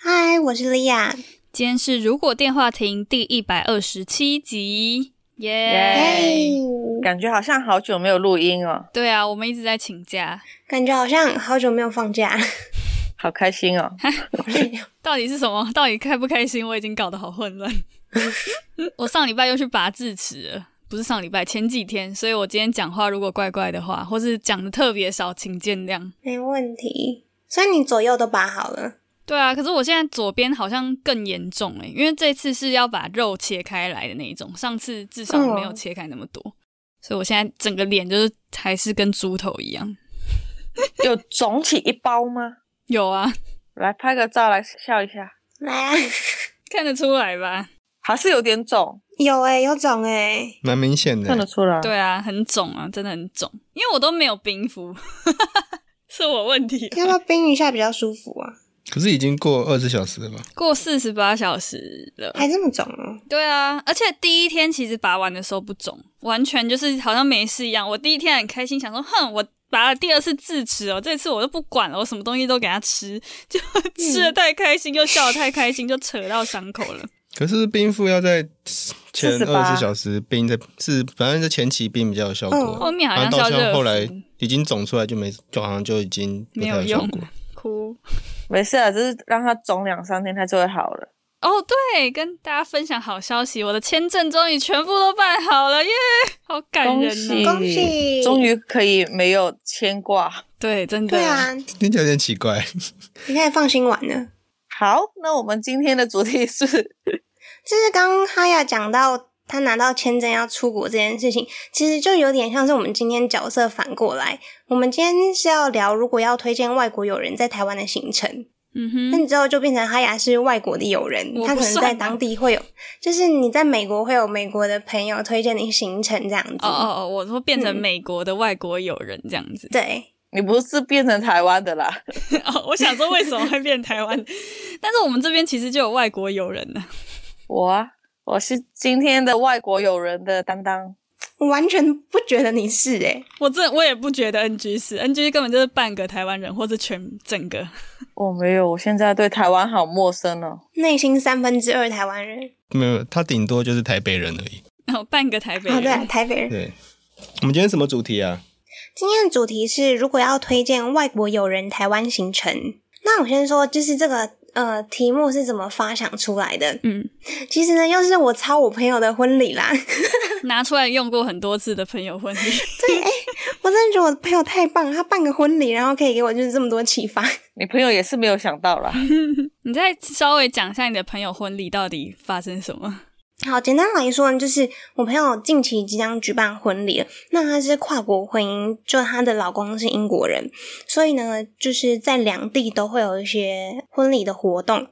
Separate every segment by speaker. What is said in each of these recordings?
Speaker 1: 嗨，我是莉亚。
Speaker 2: 今天是《如果电话亭》第一百二十七集，耶、
Speaker 3: 耶哎
Speaker 4: 嗯
Speaker 3: 感觉好像好久没有录音哦，
Speaker 2: 对啊，我们一直在请假，
Speaker 1: 感觉好像好久没有放 假，
Speaker 3: 好开 心哦。
Speaker 2: 到底是什么？到底开不开心？我已经搞得好混乱。我上礼拜又去拔智齿了，不是上礼拜，前几天。所以我今天讲话如果怪怪的话，或是讲的特别少，请见谅。
Speaker 1: 没问题。所以你左右都拔好了，
Speaker 2: 对啊，可是我现在左边好像更严重欸诶，因为这次是要把肉切开来的那一种，上次至少没有切开那么多，所以我现在整个脸就是还是跟猪头一样。
Speaker 3: 有肿起一包吗？
Speaker 2: 有啊，
Speaker 3: 来拍个照来笑一下，
Speaker 1: 来啊，
Speaker 2: 看得出来吧？
Speaker 3: 还是有点肿，
Speaker 1: 有
Speaker 4: 欸
Speaker 1: 哎、有种哎、
Speaker 5: 蛮明显
Speaker 3: 看得
Speaker 5: 的，
Speaker 3: 出来。，
Speaker 2: 对啊，很肿啊，真的很肿，因为我都没有冰敷， 是我问题。
Speaker 4: 要不要冰一下比较舒服啊？
Speaker 5: 可是已经过二十小时了吧？
Speaker 2: 过四十八小时了，
Speaker 4: 还这么肿哦？
Speaker 2: 对啊，而且第一天其实拔完的时候不肿，完全就是好像没事一样。我第一天很开心，想说，哼，我拔了第二次智齿哦，这次我就不管了，我什么东西都给他吃，就吃 的太开心，又笑的太开心，就扯到伤口了。
Speaker 5: 可是冰敷要在前
Speaker 3: 48
Speaker 5: 二十小时冰在是，反正是前期冰比较有效
Speaker 4: 嗯
Speaker 5: 果，
Speaker 2: 后哦面好
Speaker 5: 然
Speaker 2: 像
Speaker 5: 后
Speaker 2: 是要
Speaker 5: 到
Speaker 2: 热
Speaker 5: 像
Speaker 2: 敷
Speaker 5: 后来已经肿出来就没，就好像就已经不
Speaker 2: 没
Speaker 5: 太
Speaker 2: 有
Speaker 5: 效
Speaker 2: 用
Speaker 5: 果。，
Speaker 2: 哭。
Speaker 3: 没事啊，就是让它肿两三天，它就会好了。
Speaker 2: 哦，对，跟大家分享好消息，我的签证终于全部都办好了，耶！好感
Speaker 3: 恭
Speaker 2: 人
Speaker 3: 喜
Speaker 2: 哦。
Speaker 4: 恭喜
Speaker 3: 终于可以没有牵挂。
Speaker 2: 对，真的。
Speaker 4: 对啊，
Speaker 5: 听起来有点奇怪，
Speaker 4: 你可以放心玩了。
Speaker 3: 好，那我们今天的主题是，
Speaker 4: 就是刚刚哈雅讲到他拿到签证要出国这件事情，其实就有点像是我们今天角色反过来。我们今天是要聊，如果要推荐外国友人在台湾的行程，
Speaker 2: 嗯
Speaker 4: 那
Speaker 2: 哼，
Speaker 4: 你之后就变成哈雅是外国的友人
Speaker 2: 我，不
Speaker 4: 他可能在
Speaker 2: 算啊
Speaker 4: 当地会有，就是你在美国会有美国的朋友推荐你行程这样子。
Speaker 2: 哦哦哦，我说变成
Speaker 4: 嗯
Speaker 2: 美国的外国友人这样子。
Speaker 4: 对，
Speaker 3: 你不是变成台湾的啦？
Speaker 2: 哦， 我想说为什么会变台湾， 但是我们这边其实就有外国友人呢。
Speaker 3: 我啊，我是今天的外国友人的担当。
Speaker 4: 我完全不觉得你是诶、 欸
Speaker 2: 我这我也不觉得 NG 是 NG，根本就是半个台湾人，或是全整个。
Speaker 3: 我哦没有，我现在对台湾好陌生哦。
Speaker 4: 内心三分之二台湾人。
Speaker 5: 没有，他顶多就是台北人而已。
Speaker 2: 然后半个台北
Speaker 4: 哦，
Speaker 2: 人，
Speaker 4: 对啊，台北人。
Speaker 5: 对，我们今天什么主题啊？
Speaker 4: 今天的主题是，如果要推荐外国友人台湾行程，那我先说，就是这个呃题目是怎么发想出来的。
Speaker 2: 嗯，
Speaker 4: 其实呢，又是我抄我朋友的婚礼啦。
Speaker 2: 拿出来用过很多次的朋友婚礼，
Speaker 4: 我真的觉得我的朋友太棒了，他办个婚礼，然后可以给我就是这么多启发。
Speaker 3: 你朋友也是没有想到啦。
Speaker 2: 你再稍微讲一下你的朋友婚礼到底发生什么？
Speaker 4: 好，简单来说呢，就是我朋友近期即将举办婚礼了。那她是跨国婚姻，就她的老公是英国人，所以呢，就是在两地都会有一些婚礼的活动。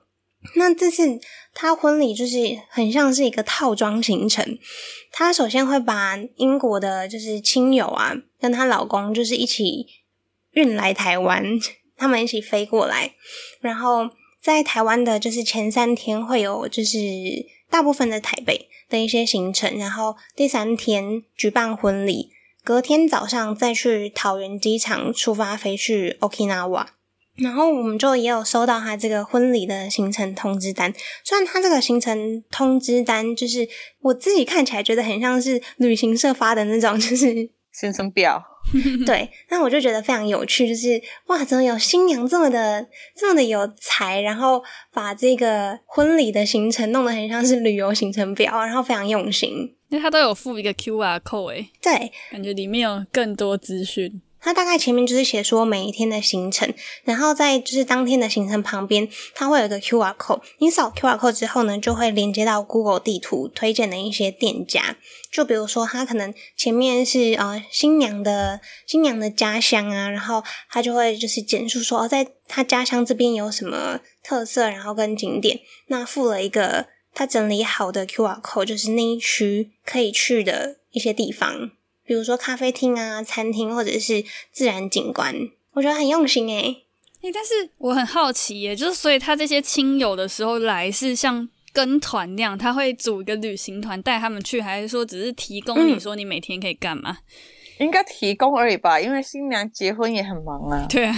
Speaker 4: 那这次她婚礼就是很像是一个套装行程，她首先会把英国的就是亲友啊，跟她老公就是一起运来台湾， 他们一起飞过来，然后在台湾的就是前三天会有就是大部分的台北的一些行程，然后第三天举办婚礼，隔天早上再去桃园机场出发飞去 Okinawa。然后我们就也有收到他这个婚礼的行程通知单，虽然他这个行程通知单就是我自己看起来觉得很像是旅行社发的那种，就是
Speaker 3: 先生表，
Speaker 4: 对，那我就觉得非常有趣，就是哇，怎么有新娘这么的这么的有才，然后把这个婚礼的行程弄得很像是旅游行程表，然后非常用心。
Speaker 2: 因为他都有附一个 QR code，哎、
Speaker 4: 对，
Speaker 2: 感觉里面有更多资讯。
Speaker 4: 它大概前面就是写说每一天的行程，然后在就是当天的行程旁边，它会有一个 QR code，你扫 QR code 之后呢，就会连接到 Google 地图推荐的一些店家。就比如说，它可能前面是呃新娘的新娘的家乡啊，然后它就会就是简述说哦，在她家乡这边有什么特色，然后跟景点。那附了一个他整理好的 QR code，就是那一区可以去的一些地方，比如说咖啡厅啊、餐厅或者是自然景观，我觉得很用心诶、欸
Speaker 2: 诶、但是我很好奇耶，就是所以他这些亲友的时候来是像跟团那样，他会组一个旅行团带他们去，还是说只是提供你
Speaker 4: 嗯
Speaker 2: 说你每天可以干嘛？
Speaker 3: 应该提供而已吧，因为新娘结婚也很忙啊。
Speaker 2: 对啊，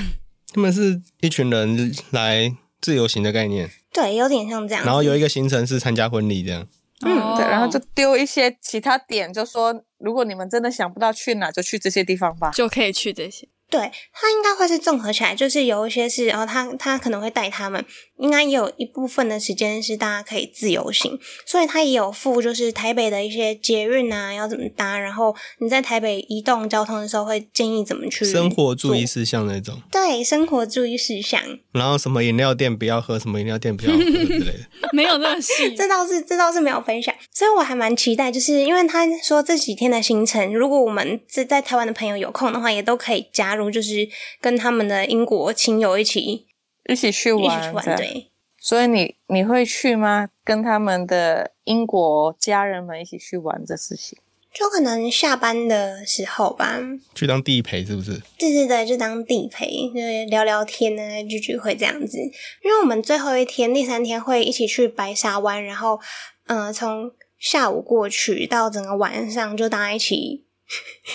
Speaker 5: 他们是一群人来自由行的概
Speaker 2: 嗯
Speaker 5: 念，
Speaker 4: 对，有点像这样子。
Speaker 5: 然后有一个行程是参加婚礼这样。
Speaker 4: 嗯
Speaker 2: 哦
Speaker 3: 对，然后就丢一些其他点，就说如果你们真的想不到去哪，就去这些地方吧。
Speaker 2: 就可以去这些。
Speaker 4: 对，它应该会是综合起来，就是有一些是，然后他他可能会带他们，应该也有一部分的时间是大家可以自由行，所以他也有附就是台北的一些捷运啊要怎么搭，然后你在台北移动交通的时候会建议怎么去
Speaker 5: 生活注意
Speaker 4: 做
Speaker 5: 事项那种，
Speaker 4: 对生活注意事项，
Speaker 5: 然后什么饮料店不要喝，什么饮料店不要喝之类的。
Speaker 2: 没有那么细
Speaker 4: 这倒是这倒是没有分享，所以我还蛮期待，就是因为他说这几天的行程，如果我们是在台湾的朋友有空的话，也都可以加入，就是跟他们的英国亲友一起一
Speaker 3: 一起去
Speaker 4: 起
Speaker 3: 玩，
Speaker 4: 去
Speaker 3: 这
Speaker 4: 玩，
Speaker 3: 样。
Speaker 4: 对。
Speaker 3: 所以你你会去吗？跟他们的英国家人们一起去玩这事情？
Speaker 4: 就可能下班的时候吧，
Speaker 5: 去当地陪是不是？
Speaker 4: 对对对，就当地陪，就是聊聊天啊，聚聚会这样子。因为我们最后一天，第三天会一起去白沙湾，然后，呃，从下午过去到整个晚上，就大家一起，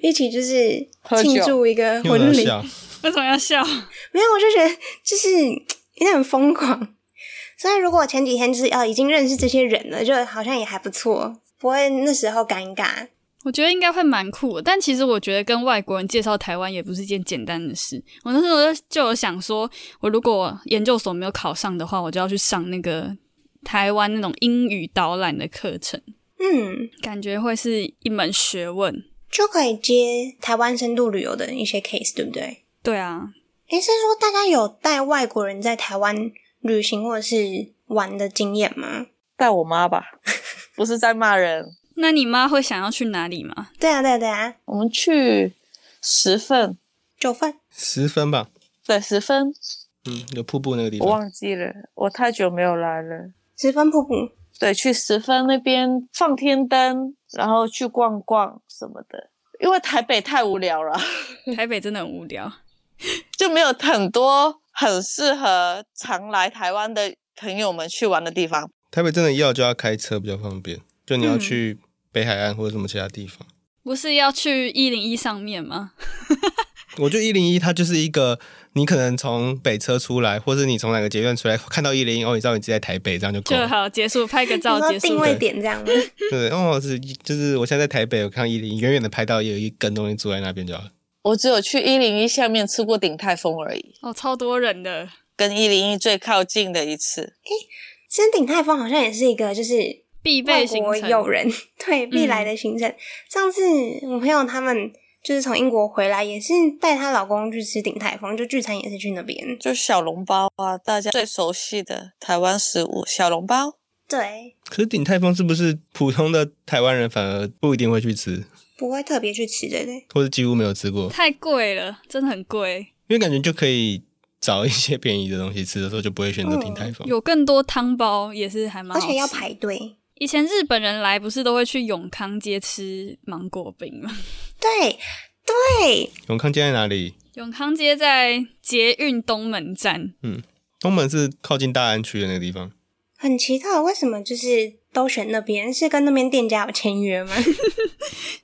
Speaker 4: 一起就是
Speaker 3: 喝酒
Speaker 4: 庆祝一个
Speaker 5: 因为我
Speaker 4: 婚
Speaker 5: 要
Speaker 4: 礼。
Speaker 5: 笑，
Speaker 2: 为什么要笑？
Speaker 4: 没有，我就觉得就是有点疯狂。所以如果前几天就是哦已经认识这些人了，就好像也还不错，不会那时候尴尬。
Speaker 2: 我觉得应该会蛮酷的，但其实我觉得跟外国人介绍台湾也不是一件简单的事。我那时候就有想说，我如果研究所没有考上的话，我就要去上那个台湾那种英语导览的课程，
Speaker 4: 嗯，
Speaker 2: 感觉会是一门学问。
Speaker 4: 就可以接台湾深度旅游的一些 case，对不对？
Speaker 2: 对啊，
Speaker 4: 诶，是说大家有带外国人在台湾旅行或者是玩的经验吗？
Speaker 3: 带我妈吧，不是在骂人。
Speaker 2: 那你妈会想要去哪里吗？
Speaker 4: 对啊，对啊，对啊，
Speaker 3: 我们去十份，
Speaker 4: 九份
Speaker 5: 十分吧。
Speaker 3: 对，十分，
Speaker 5: 嗯，有瀑布那个地
Speaker 3: 我
Speaker 5: 方，
Speaker 3: 忘记了，我太久没有来了。
Speaker 4: 十分瀑布，
Speaker 3: 对，去十分那边放天灯，然后去逛逛什么的。因为台北太无聊了，
Speaker 2: 台北真的很无聊。
Speaker 3: 就没有很多很适合常来台湾的朋友们去玩的地方。
Speaker 5: 台北真的要就要开车比较方便，就你要
Speaker 4: 嗯
Speaker 5: 去北海岸或者什么其他地方。
Speaker 2: 不是要去一零一上面吗？
Speaker 5: 我觉得一零一它就是一个，你可能从北车出来，或是你从哪个捷运出来，看到一零一，哦，你知道你自己在台北，这样就够
Speaker 2: 就
Speaker 5: 了。
Speaker 2: 好，结束拍个照
Speaker 4: 然，后
Speaker 2: 结束。
Speaker 4: 定位点这样吗？
Speaker 5: 对，哦，是就是我现在在台北，我看到一零一，远远的拍到有一根东西住在那边就好了。
Speaker 3: 我只有去一零一下面吃过鼎泰丰而已，
Speaker 2: 哦，超多人的。
Speaker 3: 跟一零一最靠近的一次。
Speaker 4: 其实鼎泰丰好像也是一个就是
Speaker 2: 必
Speaker 4: 外
Speaker 2: 备行
Speaker 4: 国
Speaker 2: 程，嗯
Speaker 4: 友人 对必来的行程。上次我朋友他们就是从英国回来，也是带她老公去吃鼎泰丰，就聚餐也是去那边。
Speaker 3: 就小笼包啊，大家最熟悉的台湾食物小笼包，
Speaker 4: 对，
Speaker 5: 可是鼎泰丰是不是普通的台湾人反而不一定会去吃，
Speaker 4: 不会特别去吃对不对？
Speaker 5: 或是几乎没有吃过？
Speaker 2: 太贵了，真的很贵。
Speaker 5: 因为感觉就可以找一些便宜的东西吃的时候，就不会选择鼎泰丰。
Speaker 2: 嗯有更多汤包也是还蛮
Speaker 4: 而
Speaker 2: 好吃，
Speaker 4: 且要排队。
Speaker 2: 以前日本人来不是都会去永康街吃芒果冰吗？
Speaker 4: 对对，
Speaker 5: 永康街在哪里？
Speaker 2: 永康街在捷运东门站，
Speaker 5: 东门是靠近大安区的那个地方。
Speaker 4: 很奇特，为什么就是都选那边？是跟那边店家有签约吗？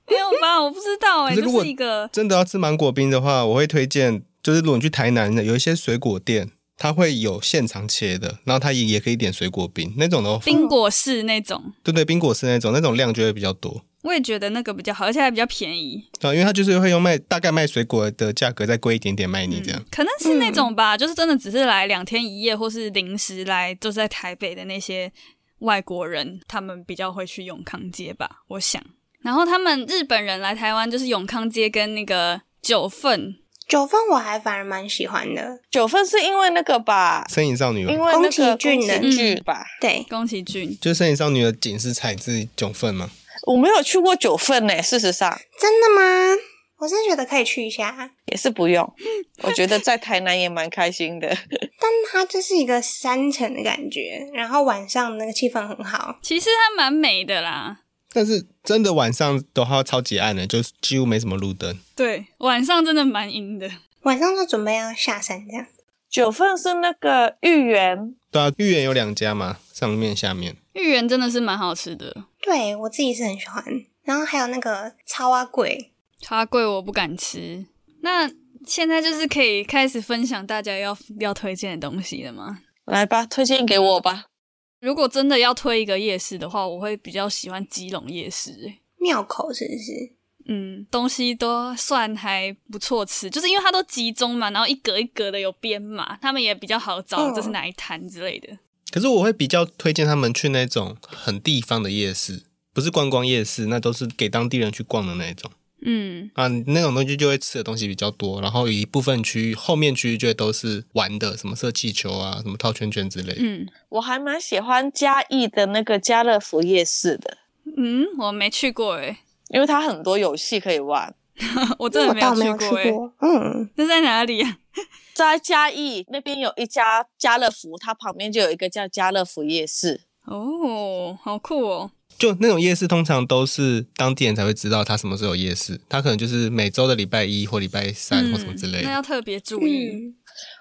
Speaker 2: 没有吧？我不知道哎、
Speaker 5: 可是如
Speaker 2: 就
Speaker 5: 果
Speaker 2: 是一
Speaker 4: 哦
Speaker 2: 个
Speaker 5: 真的要吃芒果冰的话，我会推荐，就是如果你去台南的有一些水果店，它会有现场切的，然后它也也可以点水果冰那种的话，
Speaker 2: 冰果室那种，
Speaker 5: 对对，冰果是那种，那种量就会比较多。
Speaker 2: 我也觉得那个比较好，而且还比较便宜。
Speaker 5: 啊，因为它就是会用卖大概卖水果的价格再贵一点点卖你这样
Speaker 2: 嗯，可能是那种吧，就是真的只是来两天一夜，或是临时来，就是在台北的那些外国人，他们比较会去永康街吧，我想。然后他们日本人来台湾，就是永康街跟那个九份
Speaker 4: 九份我还反而蛮喜欢的，
Speaker 3: 九份是因为那个吧，
Speaker 5: 身影少女吧
Speaker 3: 因为那个
Speaker 4: 宫崎骏的嗯
Speaker 3: 宫崎骏吧。
Speaker 4: 对，
Speaker 2: 宫崎骏，
Speaker 5: 就是身影少女的景是采自九份嘛，
Speaker 3: 我没有去过九份呢、事实上
Speaker 4: 真的吗？我是觉得可以去一下，
Speaker 3: 也是不用。我觉得在台南也蛮开心的。
Speaker 4: 但它就是一个山城的感觉，然后晚上那个气氛很好，
Speaker 2: 其实它蛮美的啦。
Speaker 5: 但是真的晚上的话超级暗的，就是几乎没什么路灯。
Speaker 2: 对，晚上真的蛮阴的。
Speaker 4: 晚上就准备要下山这样。
Speaker 3: 九份是那个芋圆，
Speaker 5: 对啊，豫园有两家嘛，上面下面。
Speaker 2: 芋圆真的是蛮好吃的，
Speaker 4: 对我自己是很喜欢，然后还有那个超阿贵，
Speaker 2: 茶贵我不敢吃。那现在就是可以开始分享大家要要推荐的东西了吗？
Speaker 3: 来吧，推荐给我吧。
Speaker 2: 如果真的要推一个夜市的话，我会比较喜欢基隆夜市、欸
Speaker 4: 庙口是不是？
Speaker 2: 嗯，东西都算还不错吃，就是因为它都集中嘛，然后一格一格的有编码，他们也比较好找
Speaker 4: 嗯
Speaker 2: 这是哪一摊之类的。
Speaker 5: 可是我会比较推荐他们去那种很地方的夜市，不是观光夜市，那都是给当地人去逛的那一种
Speaker 2: 嗯，
Speaker 5: 啊。那种东西就会吃的东西比较多，然后有一部分区域后面区域就会都是玩的，什么射气球啊，什么套圈圈之类的。
Speaker 2: 嗯
Speaker 3: 我还蛮喜欢嘉义的那个家乐福夜市的，
Speaker 2: 嗯，我没去过诶、
Speaker 3: 因为它很多游戏可以玩。
Speaker 2: 我真的
Speaker 4: 那我
Speaker 2: 没
Speaker 4: 倒没有
Speaker 2: 去
Speaker 4: 去
Speaker 2: 过诶、欸
Speaker 4: 过，嗯，
Speaker 2: 那在哪里啊？
Speaker 3: 在嘉义那边有一家家乐福，它旁边就有一个叫家乐福夜市。
Speaker 2: 哦，好酷哦！
Speaker 5: 就那种夜市，通常都是当地人才会知道他什么时候有夜市，他可能就是每周的礼拜一或礼拜三或什么之类
Speaker 2: 嗯那要
Speaker 5: 的。
Speaker 2: 特别注意。
Speaker 4: 嗯，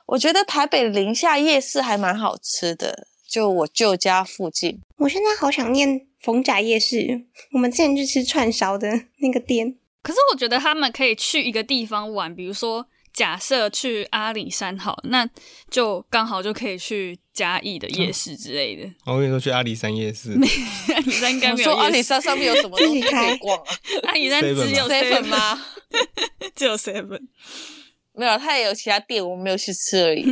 Speaker 3: 我觉得台北宁夏夜市还蛮好吃的，就我舅家附近。
Speaker 4: 我现在好想念逢甲夜市，我们之前去吃串烧的那个店，
Speaker 2: 可是我觉得他们可以去一个地方玩，比如说假设去阿里山好，那就刚好就可以去嘉义的夜市之类的。
Speaker 5: 我跟你说，去阿里山夜市，
Speaker 2: 阿里山应该
Speaker 3: 我
Speaker 2: 没有
Speaker 3: 说阿
Speaker 2: 夜
Speaker 3: 里
Speaker 2: 市，
Speaker 3: 山上面有什么东西
Speaker 4: 自己开
Speaker 3: 可以逛啊
Speaker 2: 阿里山
Speaker 5: Seven
Speaker 2: 只 有
Speaker 3: ？seven 吗？
Speaker 2: 只有 seven。
Speaker 3: 没有，它也有其他店，我没有去吃而已。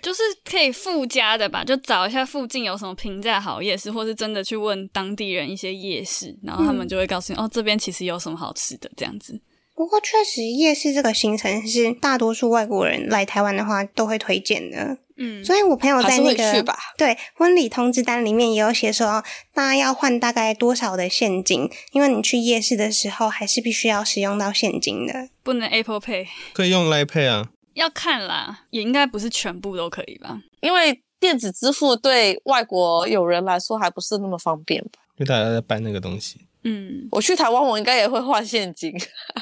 Speaker 2: 就是可以附加的吧，就找一下附近有什么评价好夜市，或是真的去问当地人一些夜市，然后他们就会告诉你、哦，这边其实有什么好吃的这样子。
Speaker 4: 不过确实夜市这个行程是大多数外国人来台湾的话都会推荐的，
Speaker 2: 嗯，
Speaker 4: 所以我朋友在那
Speaker 3: 还是会去
Speaker 4: 个
Speaker 3: 吧
Speaker 4: 对婚礼通知单里面也有写说，大家要换大概多少的现金，因为你去夜市的时候还是必须要使用到现金的。
Speaker 2: 不能 Apple Pay，
Speaker 5: 可以用 Line Pay 啊。
Speaker 2: 要看啦，也应该不是全部都可以吧。
Speaker 3: 因为电子支付对外国友人来说还不是那么方便吧。
Speaker 5: 因为大家在搬那个东西，
Speaker 2: 嗯，
Speaker 3: 我去台湾，我应该也会换现金，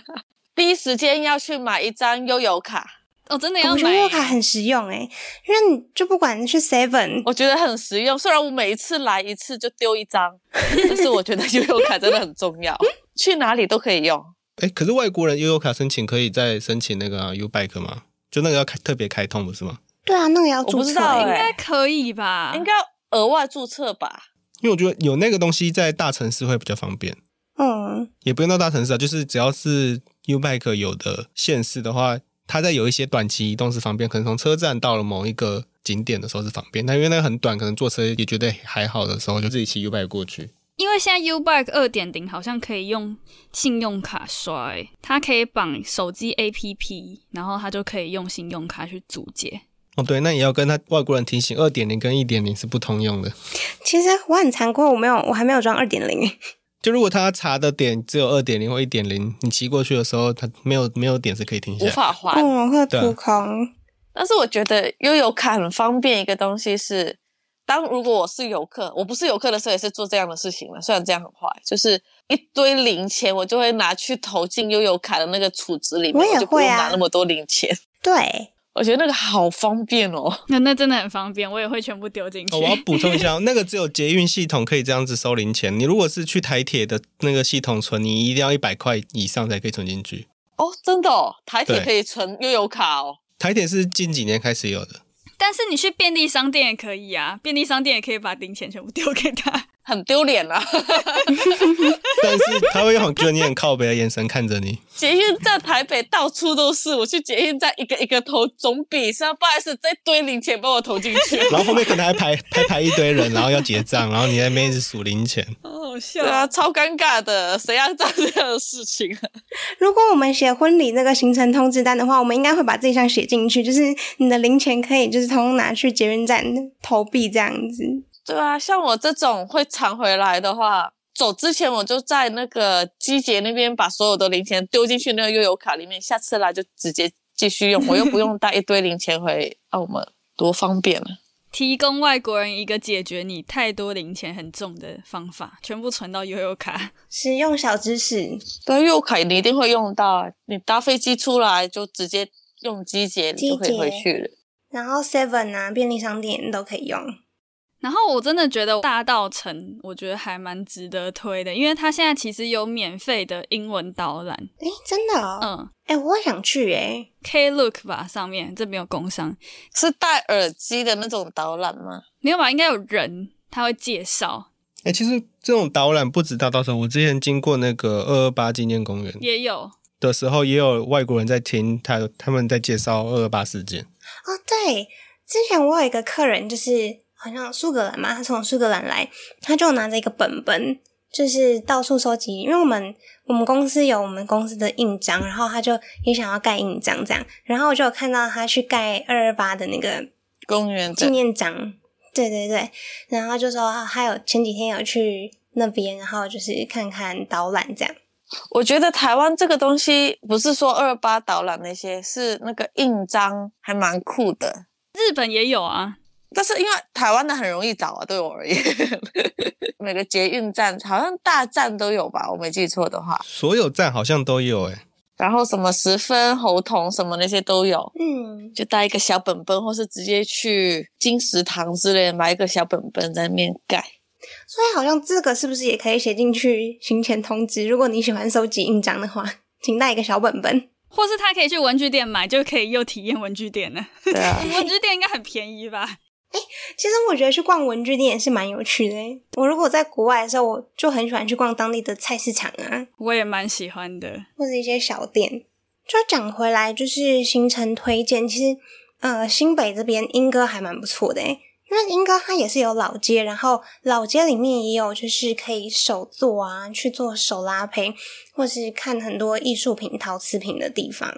Speaker 3: 第一时间要去买一张悠游卡，
Speaker 2: 哦，真的要
Speaker 4: 我觉得
Speaker 2: 买
Speaker 4: 悠游卡很实用诶、欸因为你就不管去 Seven，
Speaker 3: 我觉得很实用。虽然我每一次来一次就丢一张，但是我觉得悠游卡真的很重要， 去哪里都可以用。
Speaker 5: 哎，可是外国人悠游卡申请可以再申请那个、啊、U Bike 吗？就那个要开特别开通不是吗？
Speaker 4: 对啊，那个要
Speaker 3: 我
Speaker 4: 注
Speaker 3: 不知
Speaker 4: 册、
Speaker 3: 道
Speaker 4: 欸。
Speaker 2: 应
Speaker 3: 欸
Speaker 2: 该可以吧？
Speaker 3: 应该额外注册吧？
Speaker 5: 因为我觉得有那个东西在大城市会比较方便，
Speaker 4: 嗯，
Speaker 5: 也不用到大城市啊，就是只要是 U Bike 有的县市的话，它在有一些短期移动是方便，可能从车站到了某一个景点的时候是方便，但因为那个很短，可能坐车也觉得还好的时候，就自己骑 U Bike 过去。
Speaker 2: 因为现在 U Bike 二点零好像可以用信用卡刷、欸，它可以绑手机 APP，然后它就可以用信用卡去组接。
Speaker 5: 哦，对，那也要跟他外国人提醒，二点零跟一点零是不通用的。
Speaker 4: 其实我很惭愧，我没有，我还没有装二点零。
Speaker 5: 就如果他查的点只有二点零或一点零，你骑过去的时候，他没有没有点是可以停下
Speaker 3: 无
Speaker 5: 来。
Speaker 3: 法还。
Speaker 4: 嗯，我会
Speaker 5: 对啊
Speaker 4: 扑空。
Speaker 3: 但是我觉得悠游卡很方便，一个东西是，当如果我是游客，我不是游客的时候也是做这样的事情了。虽然这样很坏，就是一堆零钱，我就会拿去投进悠游卡的那个储值里面，
Speaker 4: 我也
Speaker 3: 就不
Speaker 4: 会
Speaker 3: 用
Speaker 4: 啊
Speaker 3: 拿那么多零钱。哦
Speaker 4: 对，
Speaker 3: 我觉得那个好方便哦。
Speaker 2: 那那真的很方便，我也会全部丢进去。
Speaker 5: 哦，我要补充一下哦，那个只有捷运系统可以这样子收零钱。你如果是去台铁的那个系统存，你一定要一百块以上才可以存进去。
Speaker 3: 哦，真的哦，台铁
Speaker 5: 对
Speaker 3: 可以存悠游卡哦。
Speaker 5: 台铁是近几年开始有的，
Speaker 2: 但是你去便利商店也可以啊，便利商店也可以把零钱全部丢给他。
Speaker 3: 很丢脸啊啦、
Speaker 5: 但是他会用觉得你很靠北的眼神看着你。
Speaker 3: 捷运站台北到处都是，我去捷运站一个一个投，总比上不好意思这堆零钱帮我 投进去。
Speaker 5: 然后后面可能还排还排一堆人，然后要结账，然后你在那边一直数零钱。
Speaker 2: 好好笑
Speaker 3: 对啊，超尴尬的，谁要做这样的事情啊？
Speaker 4: 如果我们写婚礼那个行程通知单的话，我们应该会把这一项写进去，就是你的零钱可以就是通通拿去捷运站投币这样子。
Speaker 3: 对啊，像我这种会常回来的话，走之前我就在那个机节那边把所有的零钱丢进去那个悠游卡里面，下次来就直接继续用，我又不用带一堆零钱回澳门，多方便啊！
Speaker 2: 提供外国人一个解决你太多零钱很重的方法，全部存到悠悠卡。
Speaker 4: 实用小知识，
Speaker 3: 对啊，悠游卡你一定会用到啊，你搭飞机出来就直接用机节你就可以回去了。
Speaker 4: 然后 Seven 啊，便利商店都可以用。
Speaker 2: 然后我真的觉得大道城，我觉得还蛮值得推的，因为它现在其实有免费的英文导览，
Speaker 4: 诶，真的哦，
Speaker 2: 嗯
Speaker 4: 哎、我也想去诶。
Speaker 2: ，Klook 吧上面这边有工商，
Speaker 3: 是戴耳机的那种导览吗？
Speaker 2: 没有吧？应该有人他会介绍，
Speaker 5: 哎、其实这种导览不止大稻城，我之前经过那个二二八纪念公园
Speaker 2: 也有
Speaker 5: 的时候，也有外国人在听他他们在介绍二二八事件。
Speaker 4: 哦，对，之前我有一个客人，就是好像苏格兰嘛，他从苏格兰来，他就拿着一个本本，就是到处收集，因为我们我们公司有我们公司的印章，然后他就也想要盖印章这样，然后我就有看到他去盖二二八的那个
Speaker 3: 公园
Speaker 4: 纪
Speaker 3: 的
Speaker 4: 念章，对对对，然后就说啊他有前几天有去那边，然后就是看看导览这样，
Speaker 3: 我觉得台湾这个东西不是说二八导览那些，是那个印章还蛮酷的。
Speaker 2: 日本也有啊，
Speaker 3: 但是因为台湾的很容易找啊，对我而言， 每个捷运站好像大站都有吧，我没记错的话。
Speaker 5: 所有站好像都有哎、
Speaker 3: 然后什么十分猴童什么那些都有，
Speaker 4: 嗯，
Speaker 3: 就带一个小本本，或是直接去金石堂之类的买一个小本本在那面盖。
Speaker 4: 所以好像这个是不是也可以写进去行前通知？如果你喜欢收集印章的话，请带一个小本本。
Speaker 2: 或是他可以去文具店买，就可以又体验文具店 了。
Speaker 3: 对啊，
Speaker 2: 文具店应该很便宜吧？
Speaker 4: 其实我觉得去逛文具店也是蛮有趣的欸。我如果在国外的时候，我就很喜欢去逛当地的菜市场啊，
Speaker 2: 我也蛮喜欢的。
Speaker 4: 或者一些小店。就讲回来，就是行程推荐，其实呃新北这边莺歌还蛮不错的欸。因为莺歌它也是有老街，然后老街里面也有就是可以手做啊，去做手拉胚，或是看很多艺术品、陶瓷品的地方。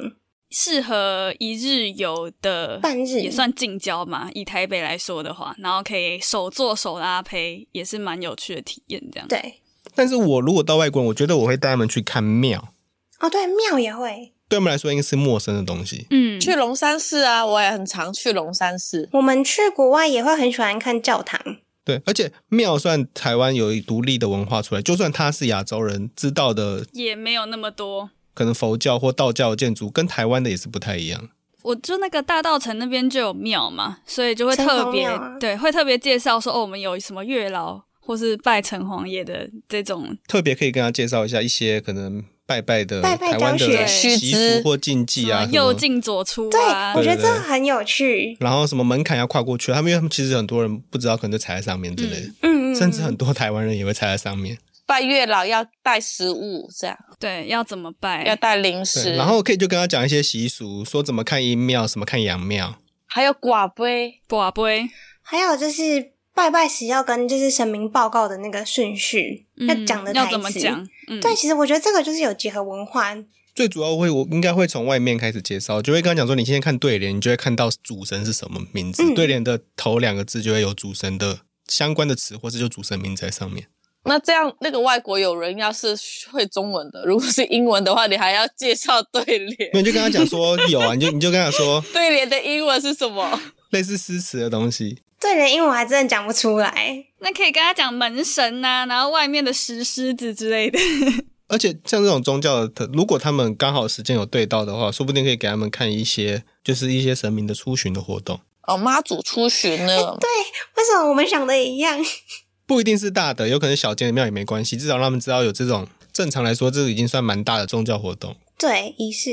Speaker 2: 适合一日游的
Speaker 4: 半日
Speaker 2: 也算近郊嘛，以台北来说的话，然后可以手做手拉胚，也是蛮有趣的体验。这样，
Speaker 4: 对，
Speaker 5: 但是我如果到外国人，我觉得我会带他们去看庙，
Speaker 4: 哦对，庙也会。
Speaker 5: 对他们来说应该是陌生的东西。
Speaker 2: 嗯，
Speaker 3: 去龙山寺啊，我也很常去龙山寺。
Speaker 4: 我们去国外也会很喜欢看教堂，
Speaker 5: 对，而且庙算台湾有独立的文化出来，就算他是亚洲人知道的，
Speaker 2: 也没有那么多。
Speaker 5: 可能佛教或道教的建筑跟台湾的也是不太一样。
Speaker 2: 我就那个大道城那边就有庙嘛，所以就会特别、
Speaker 4: 城隍庙啊
Speaker 2: 对，会特别介绍说哦，我们有什么月老或是拜城隍爷的这种，
Speaker 5: 特别可以跟他介绍一下一些可能拜拜的
Speaker 4: 拜拜
Speaker 5: 台湾
Speaker 4: 教
Speaker 5: 的
Speaker 3: 学须
Speaker 5: 习俗
Speaker 3: 知
Speaker 5: 或禁忌
Speaker 2: 什
Speaker 5: 啊，什
Speaker 2: 么
Speaker 5: 么
Speaker 2: 右进左出
Speaker 4: 对，
Speaker 2: 啊
Speaker 4: 我，觉
Speaker 5: 对
Speaker 4: 得
Speaker 5: 对
Speaker 4: 这
Speaker 5: 对
Speaker 4: 很有趣。
Speaker 5: 然后什么门槛要跨过去，啊他们因为他们其实很多人不知道，可能就踩在上面之类的，
Speaker 4: 嗯，嗯
Speaker 5: 甚至
Speaker 4: 嗯
Speaker 5: 很多台湾人也会踩在上面。
Speaker 3: 拜月老要带食物，这样
Speaker 2: 对，要怎么拜？
Speaker 3: 要带零
Speaker 5: 对，
Speaker 3: 食，
Speaker 5: 然后可以就跟他讲一些习俗，说怎么看阴庙，什么看阳庙。
Speaker 3: 还有寡杯。
Speaker 2: 卜欸杯，
Speaker 4: 还有就是拜拜时要跟就是神明报告的那个顺序，要
Speaker 2: 嗯，
Speaker 4: 讲的台
Speaker 2: 要
Speaker 4: 词。
Speaker 2: 怎么讲？嗯，
Speaker 4: 对，其实我觉得这个就是有结合文化，
Speaker 5: 最主要会，我应该会从外面开始介绍，就会跟他讲说，你现在看对联，你就会看到主神是什么名字。
Speaker 4: 嗯
Speaker 5: 对联的头两个字就会有主神的相关的词，或是就主神名字在上面。
Speaker 3: 那这样，那个外国友人要是会中文的，如果是英文的话，你还要介绍对联
Speaker 5: 没。有，你就跟他讲说有啊，你就你 就跟他说
Speaker 3: 对联的英文是什么？
Speaker 5: 类似诗词的东西，
Speaker 4: 对连英文还真的讲不出来。
Speaker 2: 那可以跟他讲门神呐、然后外面的石狮子之类的。
Speaker 5: 而且像这种宗教的，如果他们刚好时间有对到的话，说不定可以给他们看一些就是一些神明的出巡的活动，
Speaker 3: 哦，妈祖出巡呢？ 对，
Speaker 4: 为什么我们想的也一样？
Speaker 5: 不一定是大的，有可能小间的庙也没关系，至少让他们知道有这种。正常来说，这已经算蛮大的宗教活动。
Speaker 4: 对，仪式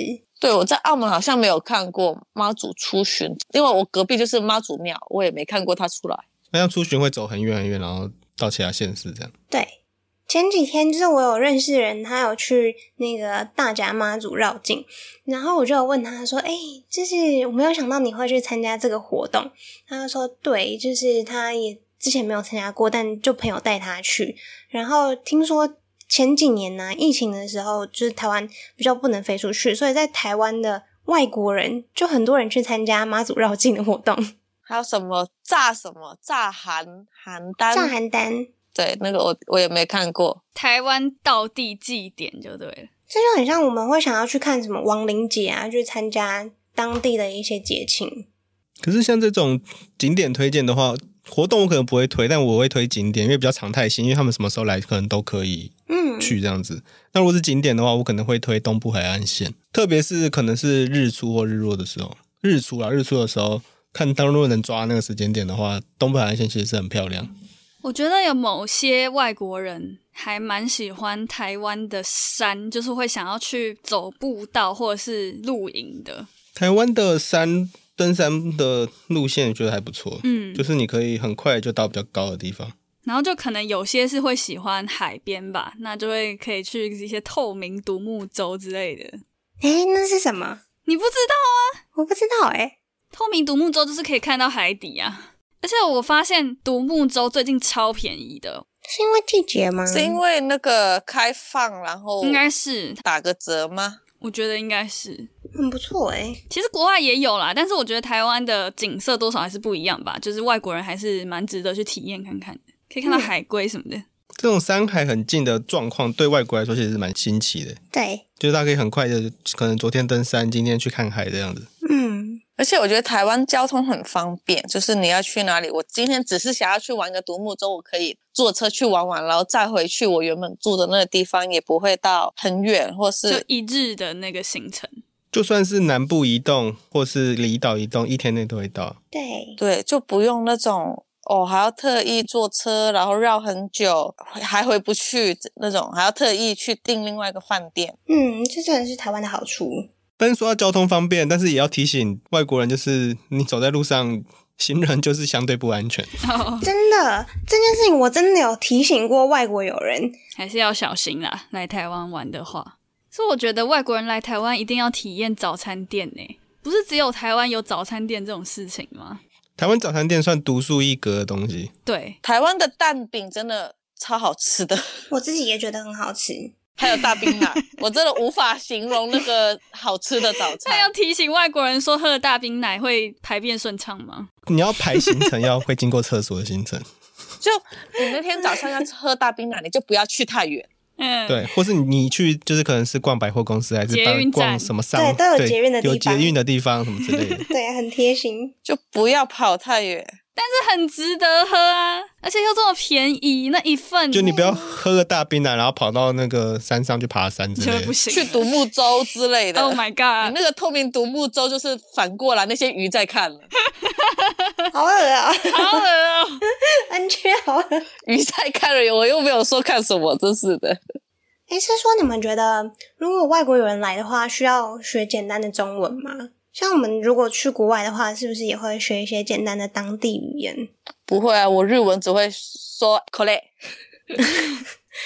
Speaker 3: 我在澳门好像没有看过妈祖出巡，因为我隔壁就是妈祖庙，我也没看过他出来。
Speaker 5: 那像出巡会走很远很远，然后到其他县市这样。
Speaker 4: 对。前几天就是我有认识人，他有去那个大甲妈祖绕境，然后我就有问他说：“哎、就是我没有想到你会去参加这个活动。”他就说：“对，就是他也之前没有参加过，但就朋友带他去。然后听说前几年呢、疫情的时候，就是台湾比较不能飞出去，所以在台湾的外国人就很多人去参加妈祖绕境的活动，
Speaker 3: 还有什么炸什么炸邯邯郸？
Speaker 4: 炸邯郸。
Speaker 3: 对，那个我我也没看过。
Speaker 2: 台湾道地祭典就对了。
Speaker 4: 这就很像我们会想要去看什么亡灵节啊，去参加当地的一些节庆。
Speaker 5: 可是像这种景点推荐的话，活动我可能不会推，但我会推景点，因为比较常态性，因为他们什么时候来可能都可以
Speaker 4: 嗯，
Speaker 5: 去这样子。那如果是景点的话，我可能会推东部海岸线，特别是可能是日出或日落的时候，日出啊，日出的时候看，当如果能抓那个时间点的话，东部海岸线其实是很漂亮。
Speaker 2: 我觉得有某些外国人还蛮喜欢台湾的山，就是会想要去走步道或者是露营的。
Speaker 5: 台湾的山登山的路线觉得还不错，
Speaker 2: 嗯，
Speaker 5: 就是你可以很快就到比较高的地方。
Speaker 2: 然后就可能有些是会喜欢海边吧，那就会可以去一些透明独木舟之类的。
Speaker 4: 诶，那是什么？
Speaker 2: 你不知道
Speaker 4: 我不知道诶。
Speaker 2: 透明独木舟就是可以看到海底啊，而且我发现独木舟最近超便宜的，
Speaker 4: 是因为季节吗？
Speaker 3: 是因为那个开放，然后
Speaker 2: 嗯应该是
Speaker 3: 打个折吗？
Speaker 2: 我觉得应该是。
Speaker 4: 很不错诶。
Speaker 2: 其实国外也有啦，但是我觉得台湾的景色多少还是不一样吧，就是外国人还是蛮值得去体验看看的，可以
Speaker 5: 嗯
Speaker 2: 看到海龟什么的。
Speaker 5: 这种山海很近的状况，对外国来说其实是蛮新奇的，
Speaker 4: 对，
Speaker 5: 就是大家可以很快的，可能昨天登山，今天去看海这样子。
Speaker 4: 嗯，
Speaker 3: 而且我觉得台湾交通很方便，就是你要去哪里，我今天只是想要去玩个独木舟，我可以坐车去玩玩，然后再回去我原本住的那个地方，也不会到很远，或
Speaker 2: 就是一日的那个行程，
Speaker 5: 就算是南部移动或是离岛移动，一天内都会到。
Speaker 4: 对，
Speaker 3: 对，就不用那种哦，还要特意坐车，然后绕很久，还回不去那种，还要特意去订另外一个饭店。
Speaker 4: 嗯，这真的是台湾的好处。
Speaker 5: 但是说到交通方便，但是也要提醒外国人，就是你走在路上，行人就是相对不安全。
Speaker 2: 哦，
Speaker 4: 真的，这件事情我真的有提醒过外国友人。
Speaker 2: 还是要小心啦。来台湾玩的话，所以我觉得外国人来台湾一定要体验早餐店呢、不是只有台湾有早餐店这种事情吗？
Speaker 5: 台湾早餐店算独树一格的东西，
Speaker 2: 对，
Speaker 3: 台湾的蛋饼真的超好吃的，
Speaker 4: 我自己也觉得很好吃。
Speaker 3: 还有大冰奶，我真的无法形容那个好吃的早
Speaker 2: 那要
Speaker 3: 餐。
Speaker 2: 提醒外国人说喝了大冰奶会排便顺畅吗？
Speaker 5: 你要排行程要会经过厕所的 行程，
Speaker 3: 就你那天早上要喝大冰奶，你就不要去太远。
Speaker 2: 嗯，，
Speaker 5: 对，或是你去就是可能是逛百货公司，还是
Speaker 2: 捷运站
Speaker 5: 当逛什么商，
Speaker 4: 对都有捷运的地
Speaker 5: 有
Speaker 4: 方。
Speaker 5: 捷运的地方什么之类的
Speaker 4: 对，很贴心。
Speaker 3: 就不要跑太远，
Speaker 2: 这很值得喝啊，而且又这么便宜，那一份
Speaker 5: 就你不要喝个大冰奶，啊然后跑到那个山上去爬山之
Speaker 2: 就
Speaker 5: 类
Speaker 2: 不
Speaker 5: 的。
Speaker 2: 行
Speaker 3: 去独木舟之类的。
Speaker 2: ，Oh my
Speaker 3: 你
Speaker 2: god！
Speaker 3: 那个透明独木舟就是反过来，那些鱼在看了，
Speaker 4: 好饿啊、
Speaker 2: 好恶哦、
Speaker 4: 安缺好饿。
Speaker 3: 鱼在看了，我又没有说看什么，真是的。
Speaker 4: 诶，是说你们觉得，如果外国友人来的话，需要学简单的中文吗？像我们如果去国外的话，是不是也会学一些简单的当地语言？
Speaker 3: 不会啊，我日文只会说 c o l e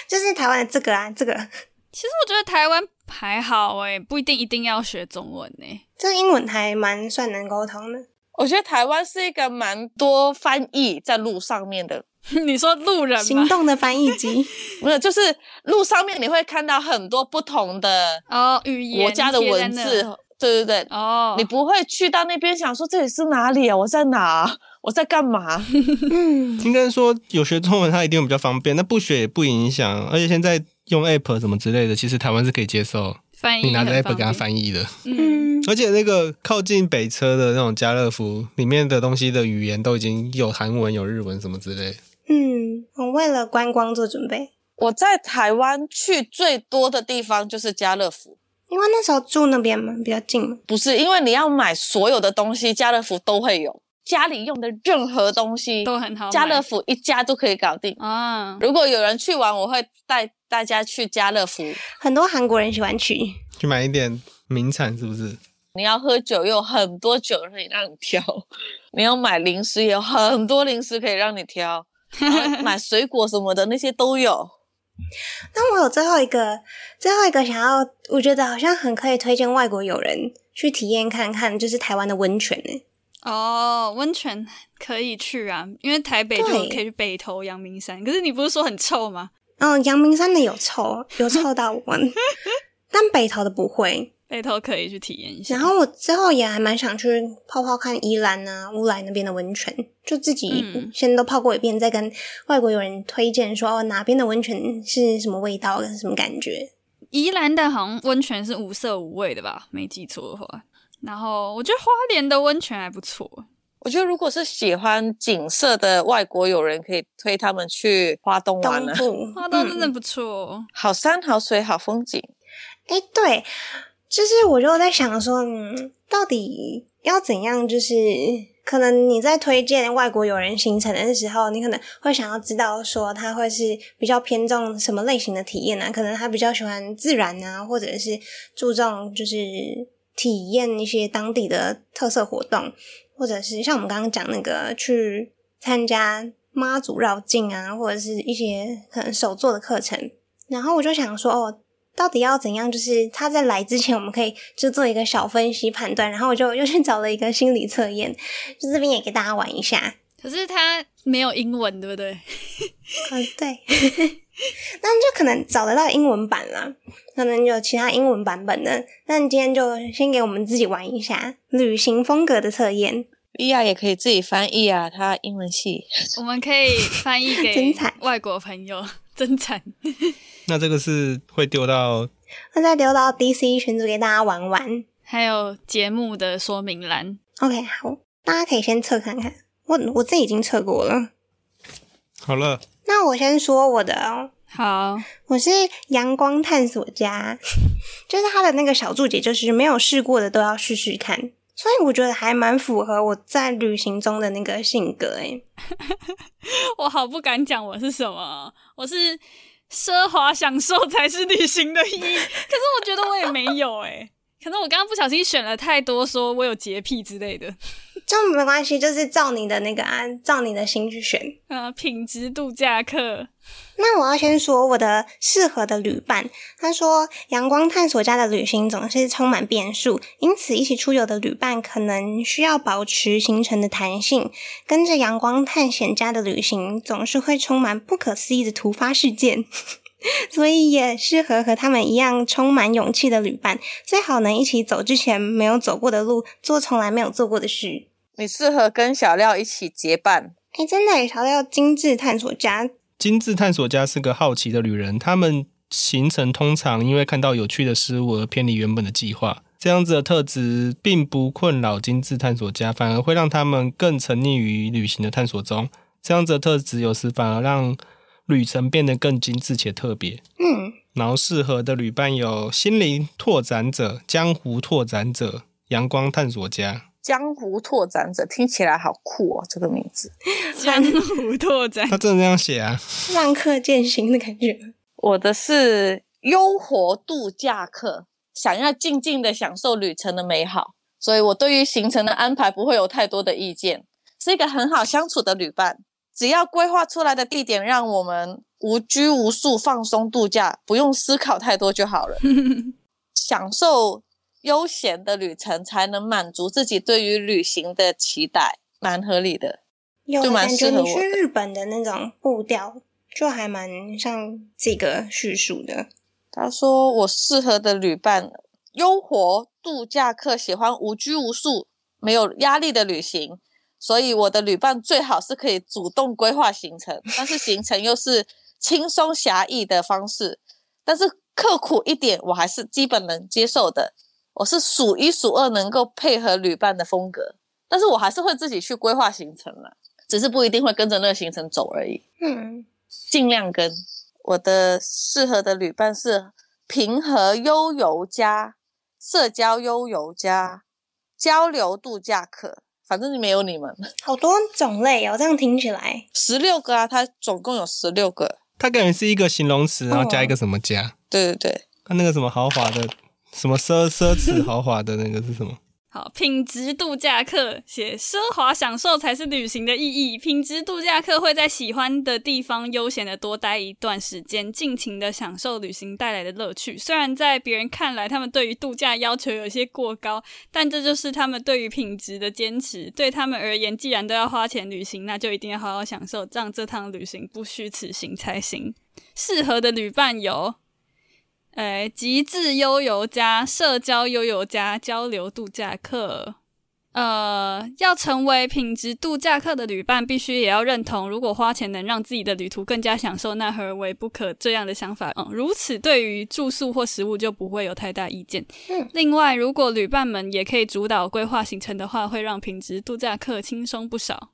Speaker 4: 就是台湾的这个啊，这个，
Speaker 2: 其实我觉得台湾还好诶、不一定一定要学中文欸诶、
Speaker 4: 这英文还蛮算能沟通的。
Speaker 3: 我觉得台湾是一个蛮多翻译在路上面的
Speaker 2: 你说路人
Speaker 4: 行
Speaker 2: 吗？
Speaker 4: 动的翻译机，
Speaker 3: 没有，就是路上面你会看到很多不同的
Speaker 2: 哦，语言
Speaker 3: 国家的文
Speaker 2: 贴
Speaker 3: 字
Speaker 2: 在，
Speaker 3: 对对对，
Speaker 2: 那哦，
Speaker 3: 你不会去到那边想说这里是哪里啊，我在哪啊、我在干嘛？啊
Speaker 4: 嗯，
Speaker 5: 应该说有学中文，它一定会比较方便，那不学也不影响。而且现在用 app 什么之类的，其实台湾是可以接受，
Speaker 2: 翻译
Speaker 5: 你拿着
Speaker 2: 很
Speaker 5: app 给他
Speaker 2: 方便，
Speaker 5: 翻译的。
Speaker 2: 嗯，
Speaker 4: 嗯，
Speaker 5: 而且那个靠近北车的那种家乐福里面的东西的语言都已经有韩文、有日文什么之类。
Speaker 4: 嗯，我为了观光做准备，
Speaker 3: 我在台湾去最多的地方就是家乐福，
Speaker 4: 因为那时候住那边嘛，比较近嘛。
Speaker 3: 不是因为你要买所有的东西，家乐福都会有，家里用的任何东西，
Speaker 2: 都很好买。
Speaker 3: 家乐福一家都可以搞定。
Speaker 2: 啊，
Speaker 3: 如果有人去玩，我会带大家去家乐福。
Speaker 4: 很多韩国人喜欢去，
Speaker 5: 去买一点名产是不是？
Speaker 3: 你要喝酒，又有很多酒可以让你挑；你要买零食，也有很多零食可以让你挑；然后买水果什么的，那些都有。
Speaker 4: 但我有最后一个，最后一个想要，我觉得好像很可以推荐外国友人去体验看看，就是台湾的温泉呢、欸
Speaker 2: 哦，温泉可以去啊，因为台北就
Speaker 4: 对
Speaker 2: 可以去北投、阳明山。可是你不是说很臭吗？
Speaker 4: 哦，阳明山的有臭，有臭到我， 但北投的不会。
Speaker 2: 北投可以去体验一下。
Speaker 4: 然后我之后也还蛮想去泡泡看宜兰啊、乌来那边的温泉，就自己
Speaker 2: 嗯
Speaker 4: 先都泡过一遍，再跟外国友人推荐说哦哪边的温泉是什么味道跟什么感觉。
Speaker 2: 宜兰的好像温泉是无色无味的吧？没记错的话。然后我觉得花莲的温泉还不错，
Speaker 3: 我觉得如果是喜欢景色的外国友人，可以推他们去花东玩
Speaker 4: 东
Speaker 3: 了。
Speaker 4: 部，
Speaker 2: 花东
Speaker 4: 嗯
Speaker 2: 真的不错。 哦
Speaker 3: 好山好水好风景，
Speaker 4: 哎，对，就是我就在想说，嗯，到底要怎样？就是可能你在推荐外国友人行程的时候，你可能会想要知道说他会是比较偏重什么类型的体验呢、可能他比较喜欢自然啊，或者是注重就是体验一些当地的特色活动，或者是像我们刚刚讲那个去参加妈祖绕境啊，或者是一些可能手作的课程。然后我就想说，哦，到底要怎样？就是他在来之前，我们可以就做一个小分析判断，然后我就又去找了一个心理测验， 就这边也给大家玩一下。
Speaker 2: 可是它没有英文，对不对？
Speaker 4: 嗯， 对，但就可能找得到英文版啦，可能有其他英文版本的。那今天就先给我们自己玩一下旅行风格的测验。
Speaker 3: 莉亚也可以自己翻译啊，她英文系。
Speaker 2: 我们可以翻译
Speaker 4: 真
Speaker 2: 给
Speaker 4: 惨
Speaker 2: 外国朋友， 真惨。
Speaker 5: 那这个是会丢到
Speaker 4: 那再留到 DC 群组给大家玩玩。
Speaker 2: 还有节目的说明栏，
Speaker 4: OK，好，大家可以先测看看。我我自己已经测过了。
Speaker 5: 好了，
Speaker 4: 那我先说我的哦，
Speaker 2: 好，
Speaker 4: 我是阳光探索家，就是他的那个小注解，就是没有试过的都要试试看，所以我觉得还蛮符合我在旅行中的那个性格欸诶、
Speaker 2: 我好不敢讲我是什么，我是奢华享受才是旅行的意 义。可是我觉得我也没有哎、可能我刚刚不小心选了太多，说我有洁癖之类的，
Speaker 4: 就没关系，就是照你的那个啊，照你的心去选。
Speaker 2: 呃，品质度假课，
Speaker 4: 那我要先说我的适合的旅伴，他说阳光探索家的旅行总是充满变数，因此一起出游的旅伴可能需要保持行程的弹性。跟着阳光探险家的旅行总是会充满不可思议的突发事件。 所以也适合和他们一样充满勇气的旅伴，最好能一起走之前没有走过的路，做从来没有做过的事。
Speaker 3: 你适合跟小廖一起结伴，
Speaker 4: 哎，真的耶，小廖精致探索家
Speaker 5: 精致探索家是个好奇的旅人，他们行程通常因为看到有趣的事物而偏离原本的计划。这样子的特质并不困扰精致探索家，反而会让他们更沉溺于旅行的探索中。这样子的特质有时反而让旅程变得更精致且特别。
Speaker 4: 嗯，
Speaker 5: 然后适合的旅伴有心灵拓展者、江湖拓展者、阳光探索家。
Speaker 3: 江湖拓展者听起来好酷哦，这个名字。
Speaker 2: 江湖拓展，
Speaker 5: 他真的这样写啊？
Speaker 4: 浪客剑心的感觉。
Speaker 3: 我的是悠活度假客，想要静静的享受旅程的美好，所以我对于行程的安排不会有太多的意见，是一个很好相处的旅伴。只要规划出来的地点让我们无拘无束、放松度假，不用思考太多就好了。享受悠闲的旅程，才能满足自己对于旅行的期待，蛮合理的。
Speaker 4: 有
Speaker 3: 就
Speaker 4: 的
Speaker 3: 蛮
Speaker 4: 感觉
Speaker 3: 适合
Speaker 4: 你
Speaker 3: 我
Speaker 4: 去
Speaker 3: 的
Speaker 4: 日本的那种步调，就还蛮像这个叙述的。
Speaker 3: 他说：“我适合的旅伴，悠活度假客，喜欢无拘无束、没有压力的旅行。所以我的旅伴最好是可以主动规划行程，但是行程又是轻松侠义的方式。但是刻苦一点，我还是基本能接受的。我是数一数二能够配合旅伴的风格，但是我还是会自己去规划行程啦，只是不一定会跟着那个行程走而已。”
Speaker 4: 嗯，
Speaker 3: 尽量跟我的适合的旅伴是平和悠游家、社交悠游家、交流度假客，反正没有你们
Speaker 4: 好多种类哦，这样听起来，
Speaker 3: 十六个啊，他总共有十六个。
Speaker 5: 他感觉是一个形容词，然后加一个什么家？
Speaker 3: 对对对，
Speaker 5: 他那个什么豪华的，什么奢奢侈豪华的那个是什么？
Speaker 2: 好，品质度假客写奢华享受才是旅行的意义。品质度假客会在喜欢的地方悠闲的多待一段时间，尽情的享受旅行带来的乐趣。虽然在别人看来，他们对于度假要求有些过高，但这就是他们对于品质的坚持。对他们而言，既然都要花钱旅行，那就一定要好好享受，让这趟旅行不虚此行才行。适合的旅伴有呃，极致悠游家、社交悠游家、交流度假客。呃，要成为品质度假客的旅伴，必须也要认同，如果花钱能让自己的旅途更加享受，那何为不可？这样的想法，嗯，如此对于住宿或食物就不会有太大意见。
Speaker 4: 嗯
Speaker 2: 另外，如果旅伴们也可以主导规划行程的话，会让品质度假客轻松不少。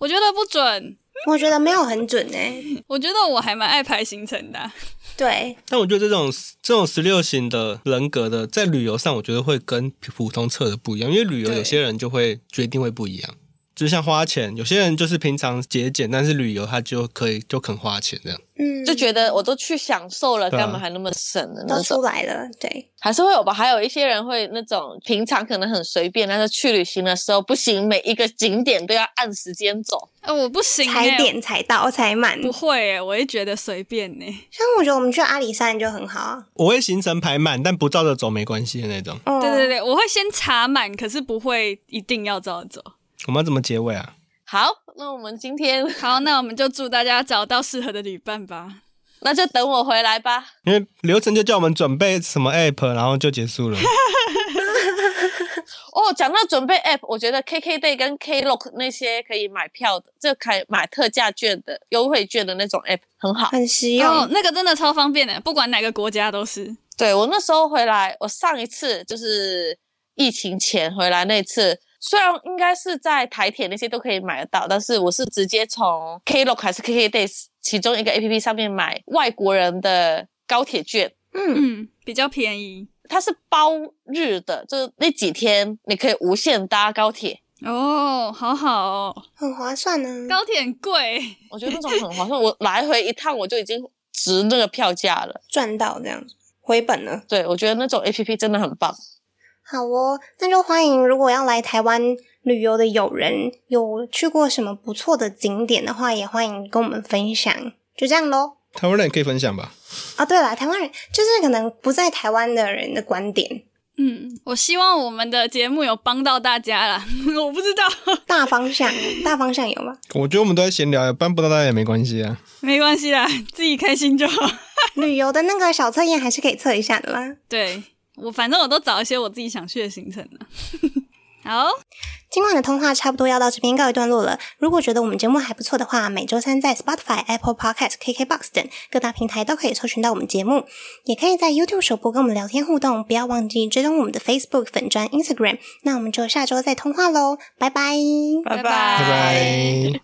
Speaker 2: 我觉得不准，
Speaker 4: 我觉得没有很准哎、
Speaker 2: 我觉得我还蛮爱排行程的啊、
Speaker 4: 对，
Speaker 5: 但我觉得这种这种十六型的人格的，在旅游上，我觉得会跟普通测的不一样，因为旅游
Speaker 2: 对
Speaker 5: 有些人就会决定会不一样，就是像花钱，有些人就是平常节俭，但是旅游他就可以就肯花钱这样。
Speaker 4: 嗯，
Speaker 3: 就觉得我都去享受了，
Speaker 5: 对啊
Speaker 3: 干嘛还那么省的那
Speaker 4: 都
Speaker 3: 种？
Speaker 4: 出来了，对，
Speaker 3: 还是会有吧。还有一些人会那种平常可能很随便，但是去旅行的时候不行，每一个景点都要按时间走。
Speaker 2: 呃，我不行、欸，
Speaker 4: 踩点踩到踩满。
Speaker 2: 不会欸、我也觉得随便呢、
Speaker 4: 像我觉得我们去阿里山就很好啊。
Speaker 5: 我会行程排满，但不照着走没关系的那种。
Speaker 4: 哦
Speaker 2: 对对，对，我会先查满，可是不会一定要照走。
Speaker 5: 我们要怎么结尾啊？
Speaker 3: 好，那我们今天
Speaker 2: 好，那我们就祝大家找到适合的旅伴吧。
Speaker 3: 那就等我回来吧。
Speaker 5: 因为流程就叫我们准备什么 app，然后就结 束了。
Speaker 3: 哦，讲到准备 app，我觉得 KKday 跟 Klook 那些可以买票的，就可以买特价券的、优惠券的那种 app 很好。
Speaker 4: 很实用。
Speaker 2: 哦，那个真的超方便的，不管哪个国家都是。
Speaker 3: 对我那时候回来，我上一次就是疫情前回来那次，虽然应该是在台铁那些都可以买得到，但是我是直接从 Klook 还是 KKday 其中一个 APP 上面买外国人的高铁券。
Speaker 4: 嗯，
Speaker 2: 嗯，比较便宜
Speaker 3: 它是包日的，就是那几天你可以无限搭高铁，
Speaker 2: 哦，好好哦。
Speaker 4: 很划算呢、
Speaker 2: 高铁很贵，
Speaker 3: 我觉得那种很划算。我来回一趟我就已经值那个票价了。
Speaker 4: 赚到这样子，回本了。
Speaker 3: 对，我觉得那种 A P P 真的很棒。
Speaker 4: 好哦，那就欢迎如果要来台湾旅游的友人，有去过什么不错的景点的话，也欢迎跟我们分享。就这样喽。
Speaker 5: 台湾人可以分享吧？
Speaker 4: 啊，对了，台湾人就是可能不在台湾的人的观点，
Speaker 2: 嗯，我希望我们的节目有帮到大家啦。 我不知道，
Speaker 4: 大方向，大方向有吗？
Speaker 5: 我觉得我们都在闲聊，搬不到大家也没关系啊。
Speaker 2: 没关系啦，自己开心就好。
Speaker 4: 旅游的那个小测验还是可以测一下的啦。
Speaker 2: 对我，反正我都找一些我自己想去的行程了。 好，
Speaker 4: 今晚的通话差不多要到这边告一段落了。如果觉得我们节目还不错的话，每周三在 Spotify、Apple Podcast、KKBox 等各大平台都可以搜寻到我们节目，也可以在 YouTube 首播跟我们聊天互动。不要忘记追踪我们的 Facebook 粉专、Instagram。那我们就下周再通话喽，拜拜。
Speaker 2: 拜拜
Speaker 5: 拜拜。